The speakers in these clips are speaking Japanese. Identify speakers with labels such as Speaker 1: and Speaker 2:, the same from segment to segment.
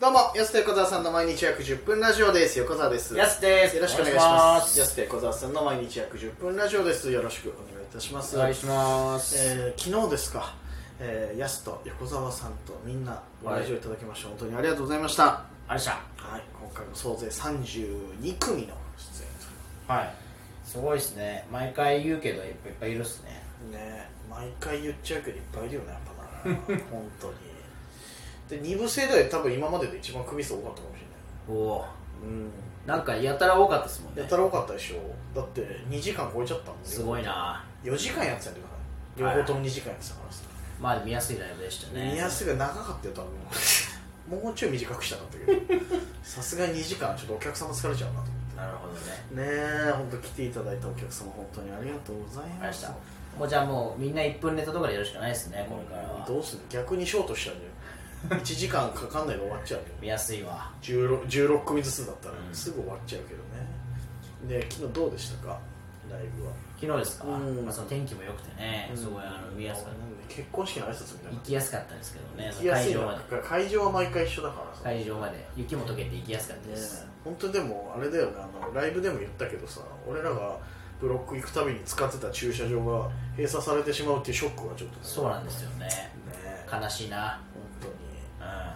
Speaker 1: どうも、安田横澤さんの毎日約10分ラジオです。横澤です。
Speaker 2: やすです
Speaker 1: よろしくお願いします。
Speaker 2: お願い
Speaker 1: 安田横澤さんの毎日約10分ラジオです。よろしくお願いいたします。
Speaker 2: お願いします、
Speaker 1: えー昨日ですか、えー、安と横澤さんとみんなご来場いただきまして、本当にありがとうございました。は
Speaker 2: あれした
Speaker 1: い、今回も総勢32組の出演
Speaker 2: はいすごいですね毎回言うけどやっぱいっぱいいるっすね
Speaker 1: と。ね、毎回言っちゃうけどいっぱいいるよね、やっぱ な。本当に。で、2部世代多分今までで一番組数多かったかもし
Speaker 2: おお
Speaker 1: れない。うん。
Speaker 2: なんかやたら多かったですもんね
Speaker 1: やたら多かったでしょだって2時間超えちゃったもん
Speaker 2: すごいな
Speaker 1: 4時間やってたんだから両方とも2時間やってたからさ、
Speaker 2: まあ見やすいライブでしたね
Speaker 1: 見やすが長かったよ 多分もうちょい短くしたかったけどさすがに2時間ちょっとお客様疲れちゃうなと思
Speaker 2: なるほどね
Speaker 1: ってねえ本当来ていただいたお客様本当にありがとうござい
Speaker 2: あ
Speaker 1: ま
Speaker 2: れし
Speaker 1: したた
Speaker 2: もうじゃあもうみんな1分ネタとかでやるしかないですねこれからは
Speaker 1: どうする逆にショートしちゃうんだよ1時間かかんないで終わっちゃうよ
Speaker 2: 見やすいわ
Speaker 1: 16, 16組ずつだったら
Speaker 2: うん
Speaker 1: すぐ終わっちゃうけどねで昨日どうでしたかライブは
Speaker 2: 昨日ですか、
Speaker 1: うん
Speaker 2: まあ、その天気も良くてね、すごいあの見やすかっ
Speaker 1: な
Speaker 2: た
Speaker 1: んで結婚式の挨拶みたいな
Speaker 2: 行きやすかったんですけどね
Speaker 1: 行
Speaker 2: そ
Speaker 1: き
Speaker 2: の
Speaker 1: やす
Speaker 2: 会
Speaker 1: い
Speaker 2: 場
Speaker 1: の
Speaker 2: ま
Speaker 1: は
Speaker 2: で
Speaker 1: 会場は毎回一緒だからさ、
Speaker 2: 会場まで雪も溶けて行きやすかった
Speaker 1: ね
Speaker 2: です、
Speaker 1: 本当にでもあれだよねあのライブでも言ったけどさ俺らがブロック行くたびに使ってた駐車場が閉鎖されてしまうっていうショックがちょっとね
Speaker 2: そうなんですよね
Speaker 1: ね本
Speaker 2: 悲しいなうんあ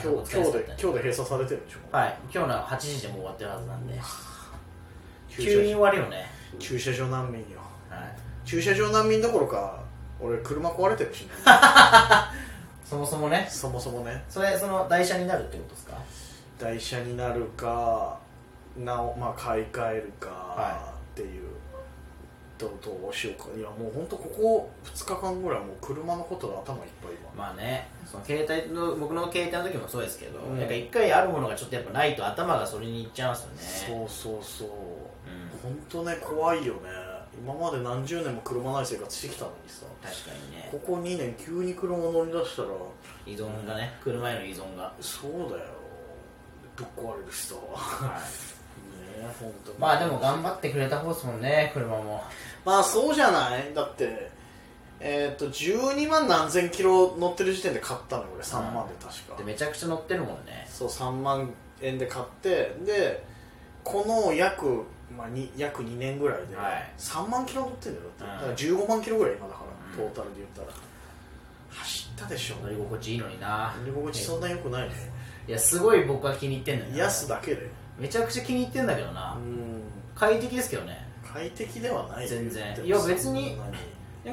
Speaker 1: 当
Speaker 2: の
Speaker 1: に今日今日で
Speaker 2: お
Speaker 1: 今日
Speaker 2: 疲れ様だった
Speaker 1: で閉鎖されてるでしょ、
Speaker 2: はい、今日の8時でもう終わってるはずなん で、急に
Speaker 1: 駐
Speaker 2: 終
Speaker 1: 車
Speaker 2: わるよね、
Speaker 1: 駐車場難民よ
Speaker 2: はい、
Speaker 1: 駐車場難民どころか俺車壊れてる し、ね、
Speaker 2: そもそもね、
Speaker 1: そもそもね
Speaker 2: それ、その台車になるってことですか、
Speaker 1: 台車になるかなお、まあ、買い替えるか
Speaker 2: は
Speaker 1: っていう、どうどうしようかいやもう本当ここ2日間ぐらいもう車のことで頭いっぱい今、
Speaker 2: まあね、その携帯の僕の携帯の時もそうですけど、
Speaker 1: うん
Speaker 2: なんか一回あるものがちょっとやっぱないと、頭がそれにいっちゃいますよね、
Speaker 1: そうそうそう
Speaker 2: うん、
Speaker 1: 本当ね怖いよね今まで何十年も車ない生活してきたのにさ
Speaker 2: 確かにね
Speaker 1: こ、こ2年急に車乗り出したら
Speaker 2: 依存がね、車への依存が、
Speaker 1: そうだよぶっ壊れるしさ ねえ本当に
Speaker 2: まあでも頑張ってくれた方ですもんね、車も、
Speaker 1: まあそうじゃないだってえっ、と12万何千キロ乗ってる時点で買ったのよ俺3万で確か、
Speaker 2: でめちゃくちゃ乗ってるもんね、
Speaker 1: そう3万円で買ってでこの約、まあ、に約2年ぐらいで
Speaker 2: はい
Speaker 1: 3万キロ乗ってんだよだって、
Speaker 2: うん
Speaker 1: だから15万キロぐらい今だか
Speaker 2: うん
Speaker 1: ら、トータルで言ったら走ったでしょ
Speaker 2: 乗り心地いいのにな、
Speaker 1: 乗り心地そんな良くないね
Speaker 2: いや、すごい僕は気に入ってんのよな、
Speaker 1: 安だけで
Speaker 2: めちゃくちゃ気に入ってんだけどな、
Speaker 1: うん
Speaker 2: 快適ですけどね。
Speaker 1: 快適ではないよ
Speaker 2: 全然
Speaker 1: でも
Speaker 2: いや別
Speaker 1: そん
Speaker 2: に
Speaker 1: な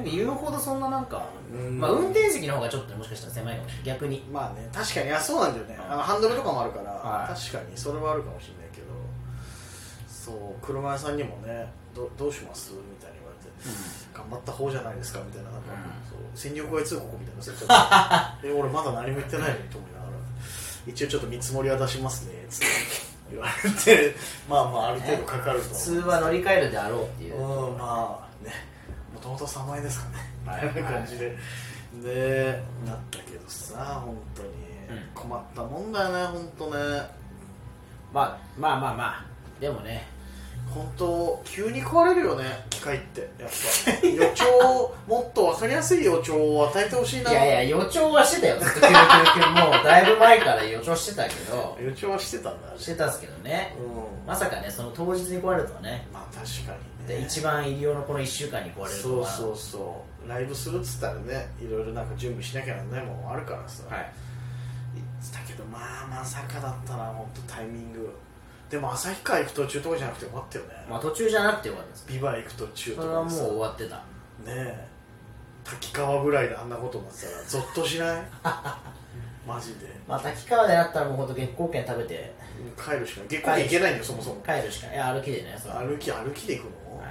Speaker 2: なんか言うほどそんななんか、
Speaker 1: うん
Speaker 2: まあ、運転席の方がちょっともしかしたら狭いかもしれない逆に
Speaker 1: まあね確かにいやそうなんだよね
Speaker 2: うん
Speaker 1: あのハンドルとかもあるから、
Speaker 2: はい
Speaker 1: 確かにそれはあるかもしれないけどそう車屋さんにもねどどうしますみたいに言われて、頑張った方じゃないですかみたいななんか、
Speaker 2: うん
Speaker 1: そう戦力外通告みたいなそれちょっと え俺まだ何も言ってないのにと思いながら一応ちょっと見積もりは出しますねつって言われて まあまあある程度かかると
Speaker 2: 普通は乗り換えるであろうっていうう、
Speaker 1: んまあねもともと3万円ですかねみ
Speaker 2: は
Speaker 1: た
Speaker 2: い
Speaker 1: いな感じででなったけどさ本当に
Speaker 2: うん
Speaker 1: 困ったもんだよね本当ね
Speaker 2: まあ、まあまあまあでもね
Speaker 1: 本当急に壊れるよね機械ってやっ ぱ予兆もっと分かりやすい予兆を与えてほしい
Speaker 2: い
Speaker 1: な
Speaker 2: やいや予兆はしてたよずっと 急に急に急にもうだいぶ前から予兆してたけど
Speaker 1: 予兆はしてたんだあれ
Speaker 2: してたんですけどね
Speaker 1: うん
Speaker 2: まさかねその当日に壊れるとはね
Speaker 1: まあ確かに
Speaker 2: で
Speaker 1: ね
Speaker 2: 一番医療のこの1週間に壊れると
Speaker 1: そう
Speaker 2: は
Speaker 1: そうそうライブするっつったらねいろいろなんか準備しなきゃなんないもんもあるからさ、
Speaker 2: はい
Speaker 1: 言ってたけどまあまさかだったな本当タイミングでも旭川行く途中とかじゃなくてよかったよね、
Speaker 2: まあ途中じゃなくてよかったです
Speaker 1: ビバ行く途中
Speaker 2: そ
Speaker 1: と
Speaker 2: れは
Speaker 1: か
Speaker 2: もう
Speaker 1: でさ
Speaker 2: 終わってた
Speaker 1: ねえ滝川ぐらいであんなことになったらゾッとしない マジで
Speaker 2: まあ滝川でなったらもうほんと月光軒食べて
Speaker 1: 帰るしかない結構行けないんだよそもそも
Speaker 2: 帰るしかいや歩きでねそれ
Speaker 1: 歩き歩きで行くの、
Speaker 2: はい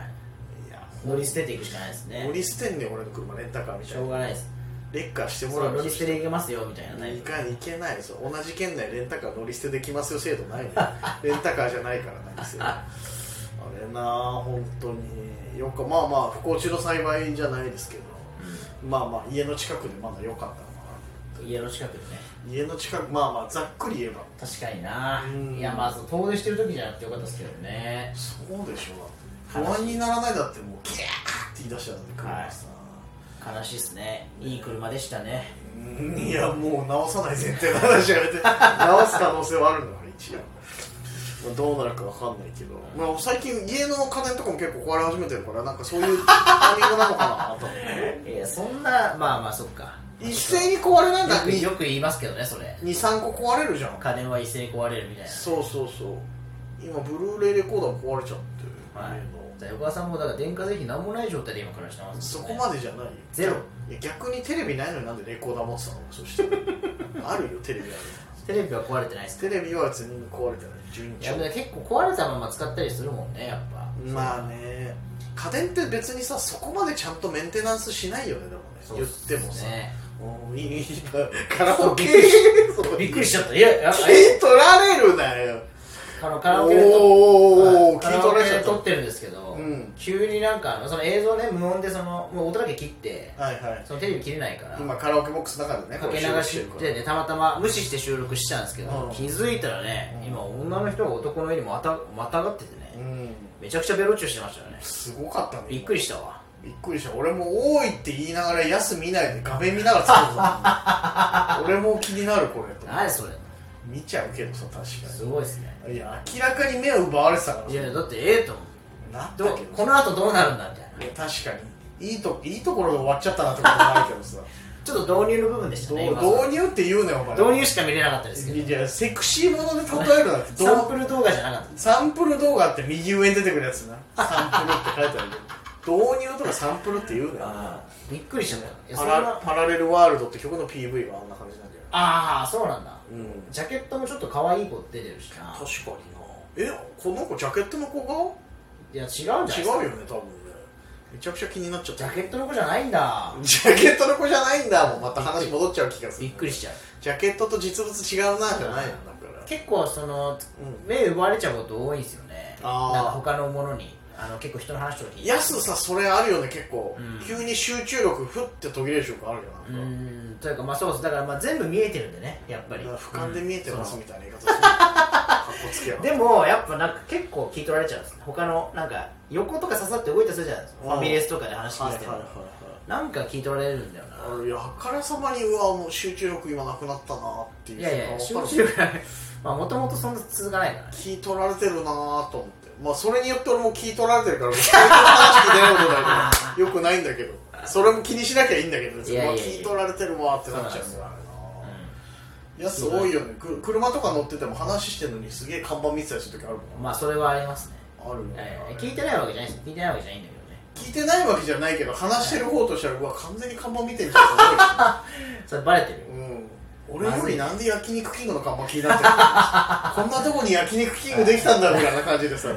Speaker 1: い、や
Speaker 2: 乗り捨てていくしかないですね
Speaker 1: 乗り捨てんねん俺の車レンタカーみ
Speaker 2: し
Speaker 1: い
Speaker 2: たょう
Speaker 1: な
Speaker 2: がないです
Speaker 1: レッカーしても
Speaker 2: そ
Speaker 1: ら
Speaker 2: う
Speaker 1: う
Speaker 2: 乗り捨てでいけますよみたいなタイ
Speaker 1: い
Speaker 2: プ
Speaker 1: かんいけないですよ同じ県内レンタカー乗り捨てできますよ制度ないねレンタカーじゃないからなんですよあれなあ本当によくまあまあ不幸中の幸いじゃないですけどまあまあ家の近くでまだ良かったのか
Speaker 2: 家の近くでね
Speaker 1: な家の近くまあまあざっくり言えば
Speaker 2: 確かにな
Speaker 1: うん
Speaker 2: いやまあそう遠出してる時じゃなくてよかったですけどね
Speaker 1: そうでしょだって不安にならないだってもうキャーって言い出しちゃうんで車さ、
Speaker 2: 悲しいですねいい車でしたね
Speaker 1: うんうんいやもう直さない前提の話やめて直す可能性はあるのあれ一応、まあ、どうなるかわかんないけど、まあ、最近家の家電とかも結構壊れ始めてるからなんかそういうタイミングなのかなと思って
Speaker 2: いやそんなまあまあそっか
Speaker 1: 一斉に壊れないんだ
Speaker 2: よくよく言いますけどねそれ
Speaker 1: 23個壊れるじゃん
Speaker 2: 家電は一斉に壊れるみたいな
Speaker 1: そうそうそう今ブルーレイレコーダーも壊れちゃってる、
Speaker 2: は
Speaker 1: 家
Speaker 2: い
Speaker 1: の
Speaker 2: じゃあ横川さんもだから電化製品なんもない状態で今暮らしてます
Speaker 1: そ
Speaker 2: もん
Speaker 1: こ
Speaker 2: ね
Speaker 1: までじゃないよ
Speaker 2: ゼロ
Speaker 1: いや逆にテレビないのになんでレコーダー持ってたのそしてあるよテレビあるよ
Speaker 2: テレビは壊れてないですか
Speaker 1: テレビは別に壊れてない順
Speaker 2: いや
Speaker 1: 調
Speaker 2: でも結構壊れたまま使ったりするもんねやっぱ
Speaker 1: まあね家電って別にさそこまでちゃんとメンテナンスしないよねでもね
Speaker 2: そう
Speaker 1: 言
Speaker 2: で
Speaker 1: っ
Speaker 2: す
Speaker 1: てもさ
Speaker 2: ね
Speaker 1: もういいいいカラオケそう
Speaker 2: びっくりしちゃったいや やっぱ
Speaker 1: 聞い取られるなよ
Speaker 2: あのカラオ
Speaker 1: お
Speaker 2: ケで撮っ
Speaker 1: おーおーおー
Speaker 2: カ
Speaker 1: 聞い
Speaker 2: ラオ
Speaker 1: 取
Speaker 2: ケ
Speaker 1: られちゃ
Speaker 2: で
Speaker 1: った
Speaker 2: 撮っ
Speaker 1: は
Speaker 2: てるんですけど、
Speaker 1: うん
Speaker 2: 急になんかあのその映像ね無音でそのもう音だけ切って
Speaker 1: いはい
Speaker 2: そのテレビ切れないから
Speaker 1: 今カラオケボックスの中でね
Speaker 2: かけ流しってねたまたま無視して収録したんですけど、
Speaker 1: うん
Speaker 2: 気づいたらね、
Speaker 1: うん
Speaker 2: 今女の人が男の家にまたまたがっててね、
Speaker 1: うん
Speaker 2: めちゃくちゃベロッチョしてましたよね
Speaker 1: すごかったね
Speaker 2: びっくりしたわ
Speaker 1: びっくりした俺も「多い」って言いながら「やす」見ないで画面見ながら作るぞ俺も気になるこれと
Speaker 2: 何それ
Speaker 1: 見ちゃうけどさ確
Speaker 2: すごいですね
Speaker 1: かにいや明らかに目を奪われてたから
Speaker 2: いやだってええと思う
Speaker 1: なったけ
Speaker 2: ど
Speaker 1: ど
Speaker 2: うこの後どうなるんだみたいない
Speaker 1: や確かにいいといいところで終わっちゃったなってこともあるけどさ
Speaker 2: ちょっと導入の部分でしたね今
Speaker 1: どう導入って言うねお前
Speaker 2: 導入しか見れなかったですけど
Speaker 1: いやセクシーもので例えるなんてどう
Speaker 2: サンプル動画じゃなかった
Speaker 1: サンプル動画って右上に出てくるやつ なサンプルって書いてあるけど導入とかサンプルって言うね
Speaker 2: びっくりしちゃったよいやそ
Speaker 1: パ
Speaker 2: んな
Speaker 1: ラパラレルワールドって曲の PV はあんな感じなんだよ
Speaker 2: ああそうなんだ
Speaker 1: うん
Speaker 2: ジャケットもちょっと可愛い子出てるしな
Speaker 1: 確かになえこの子ジャケットの子が
Speaker 2: いや違うんじゃないで
Speaker 1: 違
Speaker 2: す
Speaker 1: う
Speaker 2: か
Speaker 1: よね多分ねめちゃくちゃ気になっちゃっ
Speaker 2: ジ
Speaker 1: た
Speaker 2: ャケットの子じゃないんだ
Speaker 1: ジャケットの子じゃないんだもんまた話戻っちゃう気がする
Speaker 2: びっくりしちゃう
Speaker 1: ジャケットと実物違うなじゃないのだから
Speaker 2: 結構その
Speaker 1: う
Speaker 2: 目奪われちゃうこと多いんですよね
Speaker 1: あー
Speaker 2: なんか他のものにあの結構人の話とか聞いて
Speaker 1: やすさそれあるよね結構、
Speaker 2: うん
Speaker 1: 急に集中力ふって途切れる瞬間あるよ
Speaker 2: う
Speaker 1: なんか
Speaker 2: ーんというかまあそうですだからまあ全部見えてるんでねやっぱり
Speaker 1: なんか俯瞰で見えてます
Speaker 2: うん
Speaker 1: みたいな言い方するかっこつけや
Speaker 2: そうでもやっぱなんか結構聞い取られちゃうんです他のなんか横とか刺さって動いたりするじゃないですか
Speaker 1: うん
Speaker 2: ファミレスとかで話聞いてても
Speaker 1: はいはいはいはい
Speaker 2: なんか聞い取られるんだよな
Speaker 1: あのいやあからさまにうわもう集中力今なくなったなっていう
Speaker 2: い
Speaker 1: 瞬
Speaker 2: やい
Speaker 1: 間
Speaker 2: や、
Speaker 1: わか
Speaker 2: 集
Speaker 1: る
Speaker 2: 中力 がない。まあ、もともとそんな続かないからね。
Speaker 1: 聞い取られてるなぁと思ってまあそれによって俺も聞い取られてるからもう聞い取られてる話聞いてないことだ からよくないんだけどそれも気にしなきゃいいんだけど別に
Speaker 2: いやいや
Speaker 1: まあ
Speaker 2: いや
Speaker 1: 聞い取られてるわってなっちゃうから
Speaker 2: そうな
Speaker 1: な
Speaker 2: う
Speaker 1: やすごいよねく車とか乗ってても話してるのにすげえ看板見てたりする時ある
Speaker 2: ん。まあ、それはありますね。
Speaker 1: もんあるよね
Speaker 2: ええ
Speaker 1: あれ
Speaker 2: 聞いてないわけじゃないです。聞いてないわけじゃないんだ
Speaker 1: 聞いてないわけじゃないけど話してる方としたらうわ完全に看板見てんじゃ
Speaker 2: けどね。それバレてる
Speaker 1: ん。 うん俺よりなんで焼肉キングの看板気になってる のこんなとこに焼肉キングできたんだみたいな感じでさす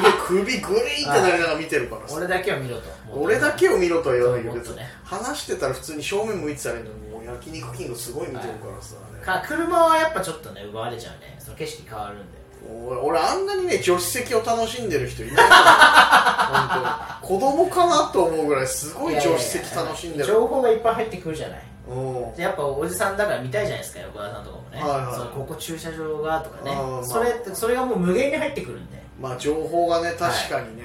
Speaker 1: げえ首グリーンってなりながら見てるからさ
Speaker 2: 俺だけを見ろと。
Speaker 1: 俺だけを見ろとは言わないけど、
Speaker 2: もっ
Speaker 1: 別
Speaker 2: と
Speaker 1: に
Speaker 2: ね
Speaker 1: 話してたら普通に正面向いてたらいいのにもう焼肉キングすごい見てるからさ、
Speaker 2: か車はやっぱちょっとね、奪われちゃうね。その景色変わるんで。
Speaker 1: 俺俺あんなにね助手席を楽しんでる人いないから本当に子供かなと思うぐらいすごい助手席楽しんで
Speaker 2: いやいやいや
Speaker 1: る
Speaker 2: 情報がいっぱい入ってくるじゃない。
Speaker 1: うん
Speaker 2: でやっぱおじさんだから見たいじゃないですか、横田さんとかもね。
Speaker 1: はいはい
Speaker 2: そのここ駐車場がとかね
Speaker 1: あーまあ。
Speaker 2: それって、それがもう無限に入ってくるんで。
Speaker 1: まあ情報がね確かにね、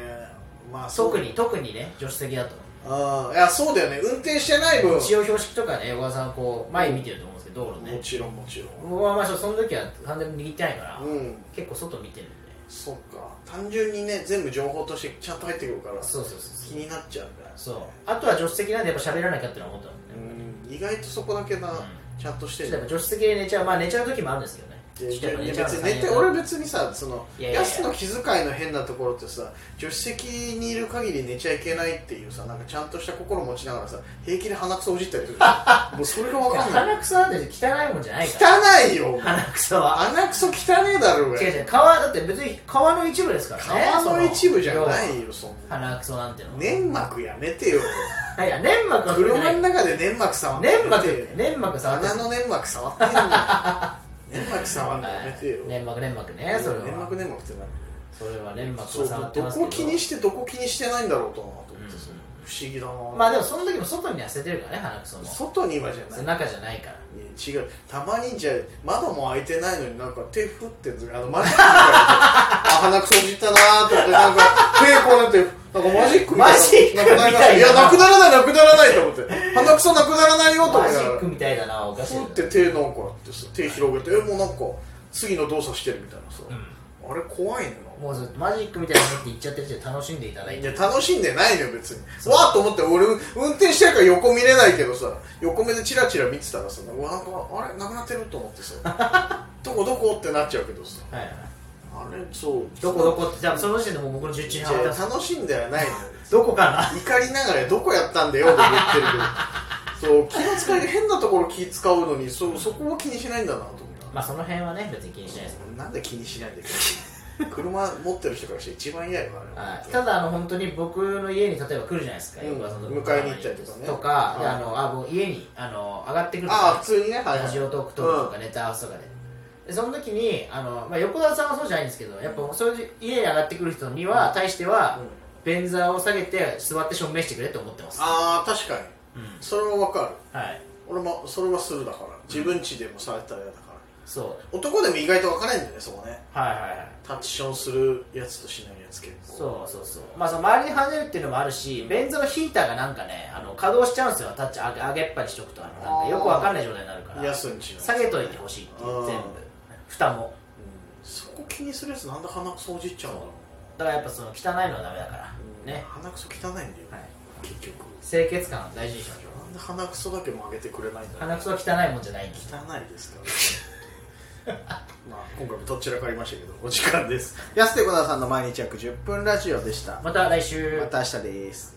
Speaker 1: まあそう
Speaker 2: 特に、特にね、助手席だと。
Speaker 1: あーいやそうだよね運転してない分
Speaker 2: 一応標識とかね、横田さんはこう、前見てると思うんですけど、道路ね
Speaker 1: も。ちろんもちろ
Speaker 2: 僕はまあその時は完全に握ってないから、
Speaker 1: んうん
Speaker 2: 結構外見てるんで
Speaker 1: そっか単純にね全部情報としてちゃんと入ってくるから
Speaker 2: そうそう
Speaker 1: 気
Speaker 2: そう
Speaker 1: になっちゃうんだよ
Speaker 2: そうそうあとは助手席なんでやっぱ喋らなきゃってのは思ったもんね、
Speaker 1: うん意外とそこだけな、
Speaker 2: ん
Speaker 1: ちゃんとし
Speaker 2: ち
Speaker 1: て
Speaker 2: ょっ
Speaker 1: る
Speaker 2: とやっぱ助手席で寝ちゃうまあ寝ちゃう時もあるんですけどね
Speaker 1: いや
Speaker 2: ちょっとやっぱ
Speaker 1: い
Speaker 2: 寝
Speaker 1: や
Speaker 2: ちゃう
Speaker 1: 別に
Speaker 2: の最
Speaker 1: 寝
Speaker 2: 悪
Speaker 1: て俺別にさその
Speaker 2: いやいやいや
Speaker 1: ヤスの気遣いの変なところってさ助手席にいる限り寝ちゃいけないっていうさなんかちゃんとした心持ちながらさ平気で鼻くそをじったりするじ ゃんもうそれが分かんない
Speaker 2: 鼻くそなんて汚いもんじゃないから
Speaker 1: 汚いよ
Speaker 2: 鼻くそは
Speaker 1: 鼻くそ汚ねえだろうが
Speaker 2: 違う違う皮だって別に皮の一部ですからね
Speaker 1: 皮の一部じゃな
Speaker 2: その
Speaker 1: いよそんな
Speaker 2: 鼻くそなんてのは、
Speaker 1: 粘膜やめてよ
Speaker 2: いや粘膜は触れな
Speaker 1: 車
Speaker 2: い
Speaker 1: の中で粘膜触って
Speaker 2: 粘膜粘膜触って
Speaker 1: 鼻の粘膜触ってんじ ゃん粘膜触んのやめてよ
Speaker 2: 粘膜粘膜ねそれは
Speaker 1: 粘膜粘膜って何
Speaker 2: それは粘膜
Speaker 1: そ
Speaker 2: を
Speaker 1: う
Speaker 2: 触って
Speaker 1: ど
Speaker 2: ますけ
Speaker 1: こ
Speaker 2: ど
Speaker 1: 気にしてどこ気にしてないんだろうとなと思ってさ、
Speaker 2: うん
Speaker 1: 不思議だな、
Speaker 2: まあでもその時も外には捨ててるからね鼻くそも
Speaker 1: 外にはじゃない
Speaker 2: 中じゃないから
Speaker 1: いや違うたまにじゃ窓も開いてないのになんか手振ってんのあのマジックみたいなあ鼻くそじったなーと思ってなんか手こうなってなんかマジックみたいな
Speaker 2: マジックみたいな
Speaker 1: なくならないいやなくならないなくならないと思って鼻くそなくならないよとか
Speaker 2: マ
Speaker 1: 言いな
Speaker 2: ジ
Speaker 1: が
Speaker 2: ッ
Speaker 1: ら
Speaker 2: クみたいだなおかしい
Speaker 1: ふ
Speaker 2: な
Speaker 1: って手なんかやってさ手広げてえもうなんか次の動作してるみたいなさ、あれ怖いね
Speaker 2: もうずマジックみたいなのって言っちゃってる人楽しんでいただい
Speaker 1: い
Speaker 2: て
Speaker 1: や楽しんでないのよ別にわーっと思って俺運転してるから横見れないけどさ横目でチラチラ見てたらさうわなんかあれなくなってると思ってさ どこどこってなっちゃうけどさ
Speaker 2: はいはい
Speaker 1: あれそう
Speaker 2: どこどこって多分その時点でもう僕の十中
Speaker 1: い
Speaker 2: 八
Speaker 1: や
Speaker 2: 八
Speaker 1: 楽しんではないのよ
Speaker 2: どこかな
Speaker 1: 怒りながらどこやったんだよって言ってる けどそう気の使いで変なところ気使うのにそそこも気にしないんだなと思った
Speaker 2: まあその辺はね別に気にしないです
Speaker 1: なんで気にしないんだ けど車持ってる人からして一番嫌よあ
Speaker 2: はい、
Speaker 1: れ
Speaker 2: ただあの本当に僕の家に例えば来るじゃないですか、
Speaker 1: うん
Speaker 2: 翌朝とか
Speaker 1: 迎えに行ったりとかね
Speaker 2: とか、
Speaker 1: うん
Speaker 2: であのあもう家にあの上がってくる
Speaker 1: ああ普通にねはい
Speaker 2: ラジオトークトークとかネタ合わせとかで,、でその時にあの、まあ、横田さんはそうじゃないんですけどやっぱそういう家に上がってくる人には、対しては、
Speaker 1: うん
Speaker 2: 便座を下げて座って証明してくれと思ってます、
Speaker 1: ああ確かに
Speaker 2: うん
Speaker 1: それはわかる
Speaker 2: はい
Speaker 1: 俺もそれはするだから自分家でもされたら嫌だから、
Speaker 2: そう
Speaker 1: 男でも意外と分からないんだよねそこね
Speaker 2: はいはいはい
Speaker 1: タッチションするやつとしないやつ結構
Speaker 2: そうそうそうまあその周りに跳ねるっていうのもあるし便座のヒーターがなんかねあの稼働しちゃうんですよタッチ上げ上げっぱにしとくとあのなんかよくわかんない状態になるから
Speaker 1: やすんちの
Speaker 2: 下げといてほしいっていう
Speaker 1: うん
Speaker 2: 全部蓋も
Speaker 1: そこ気にするやつなんで鼻くそおじっちゃうんだろ
Speaker 2: だからやっぱその汚いのはダメだから
Speaker 1: う
Speaker 2: ね、
Speaker 1: 鼻くそ汚いんだよ、
Speaker 2: はい、
Speaker 1: 結局
Speaker 2: 清潔感を大事にしましょ
Speaker 1: なんで鼻くそだけも上げてくれないんだ
Speaker 2: う
Speaker 1: ろう
Speaker 2: 鼻くそは汚いもんじゃないんです
Speaker 1: 汚いですから まあ今回もどちらかありましたけどお時間です安手小田さんの毎日約10分ラジオでした
Speaker 2: また来週
Speaker 1: また明日です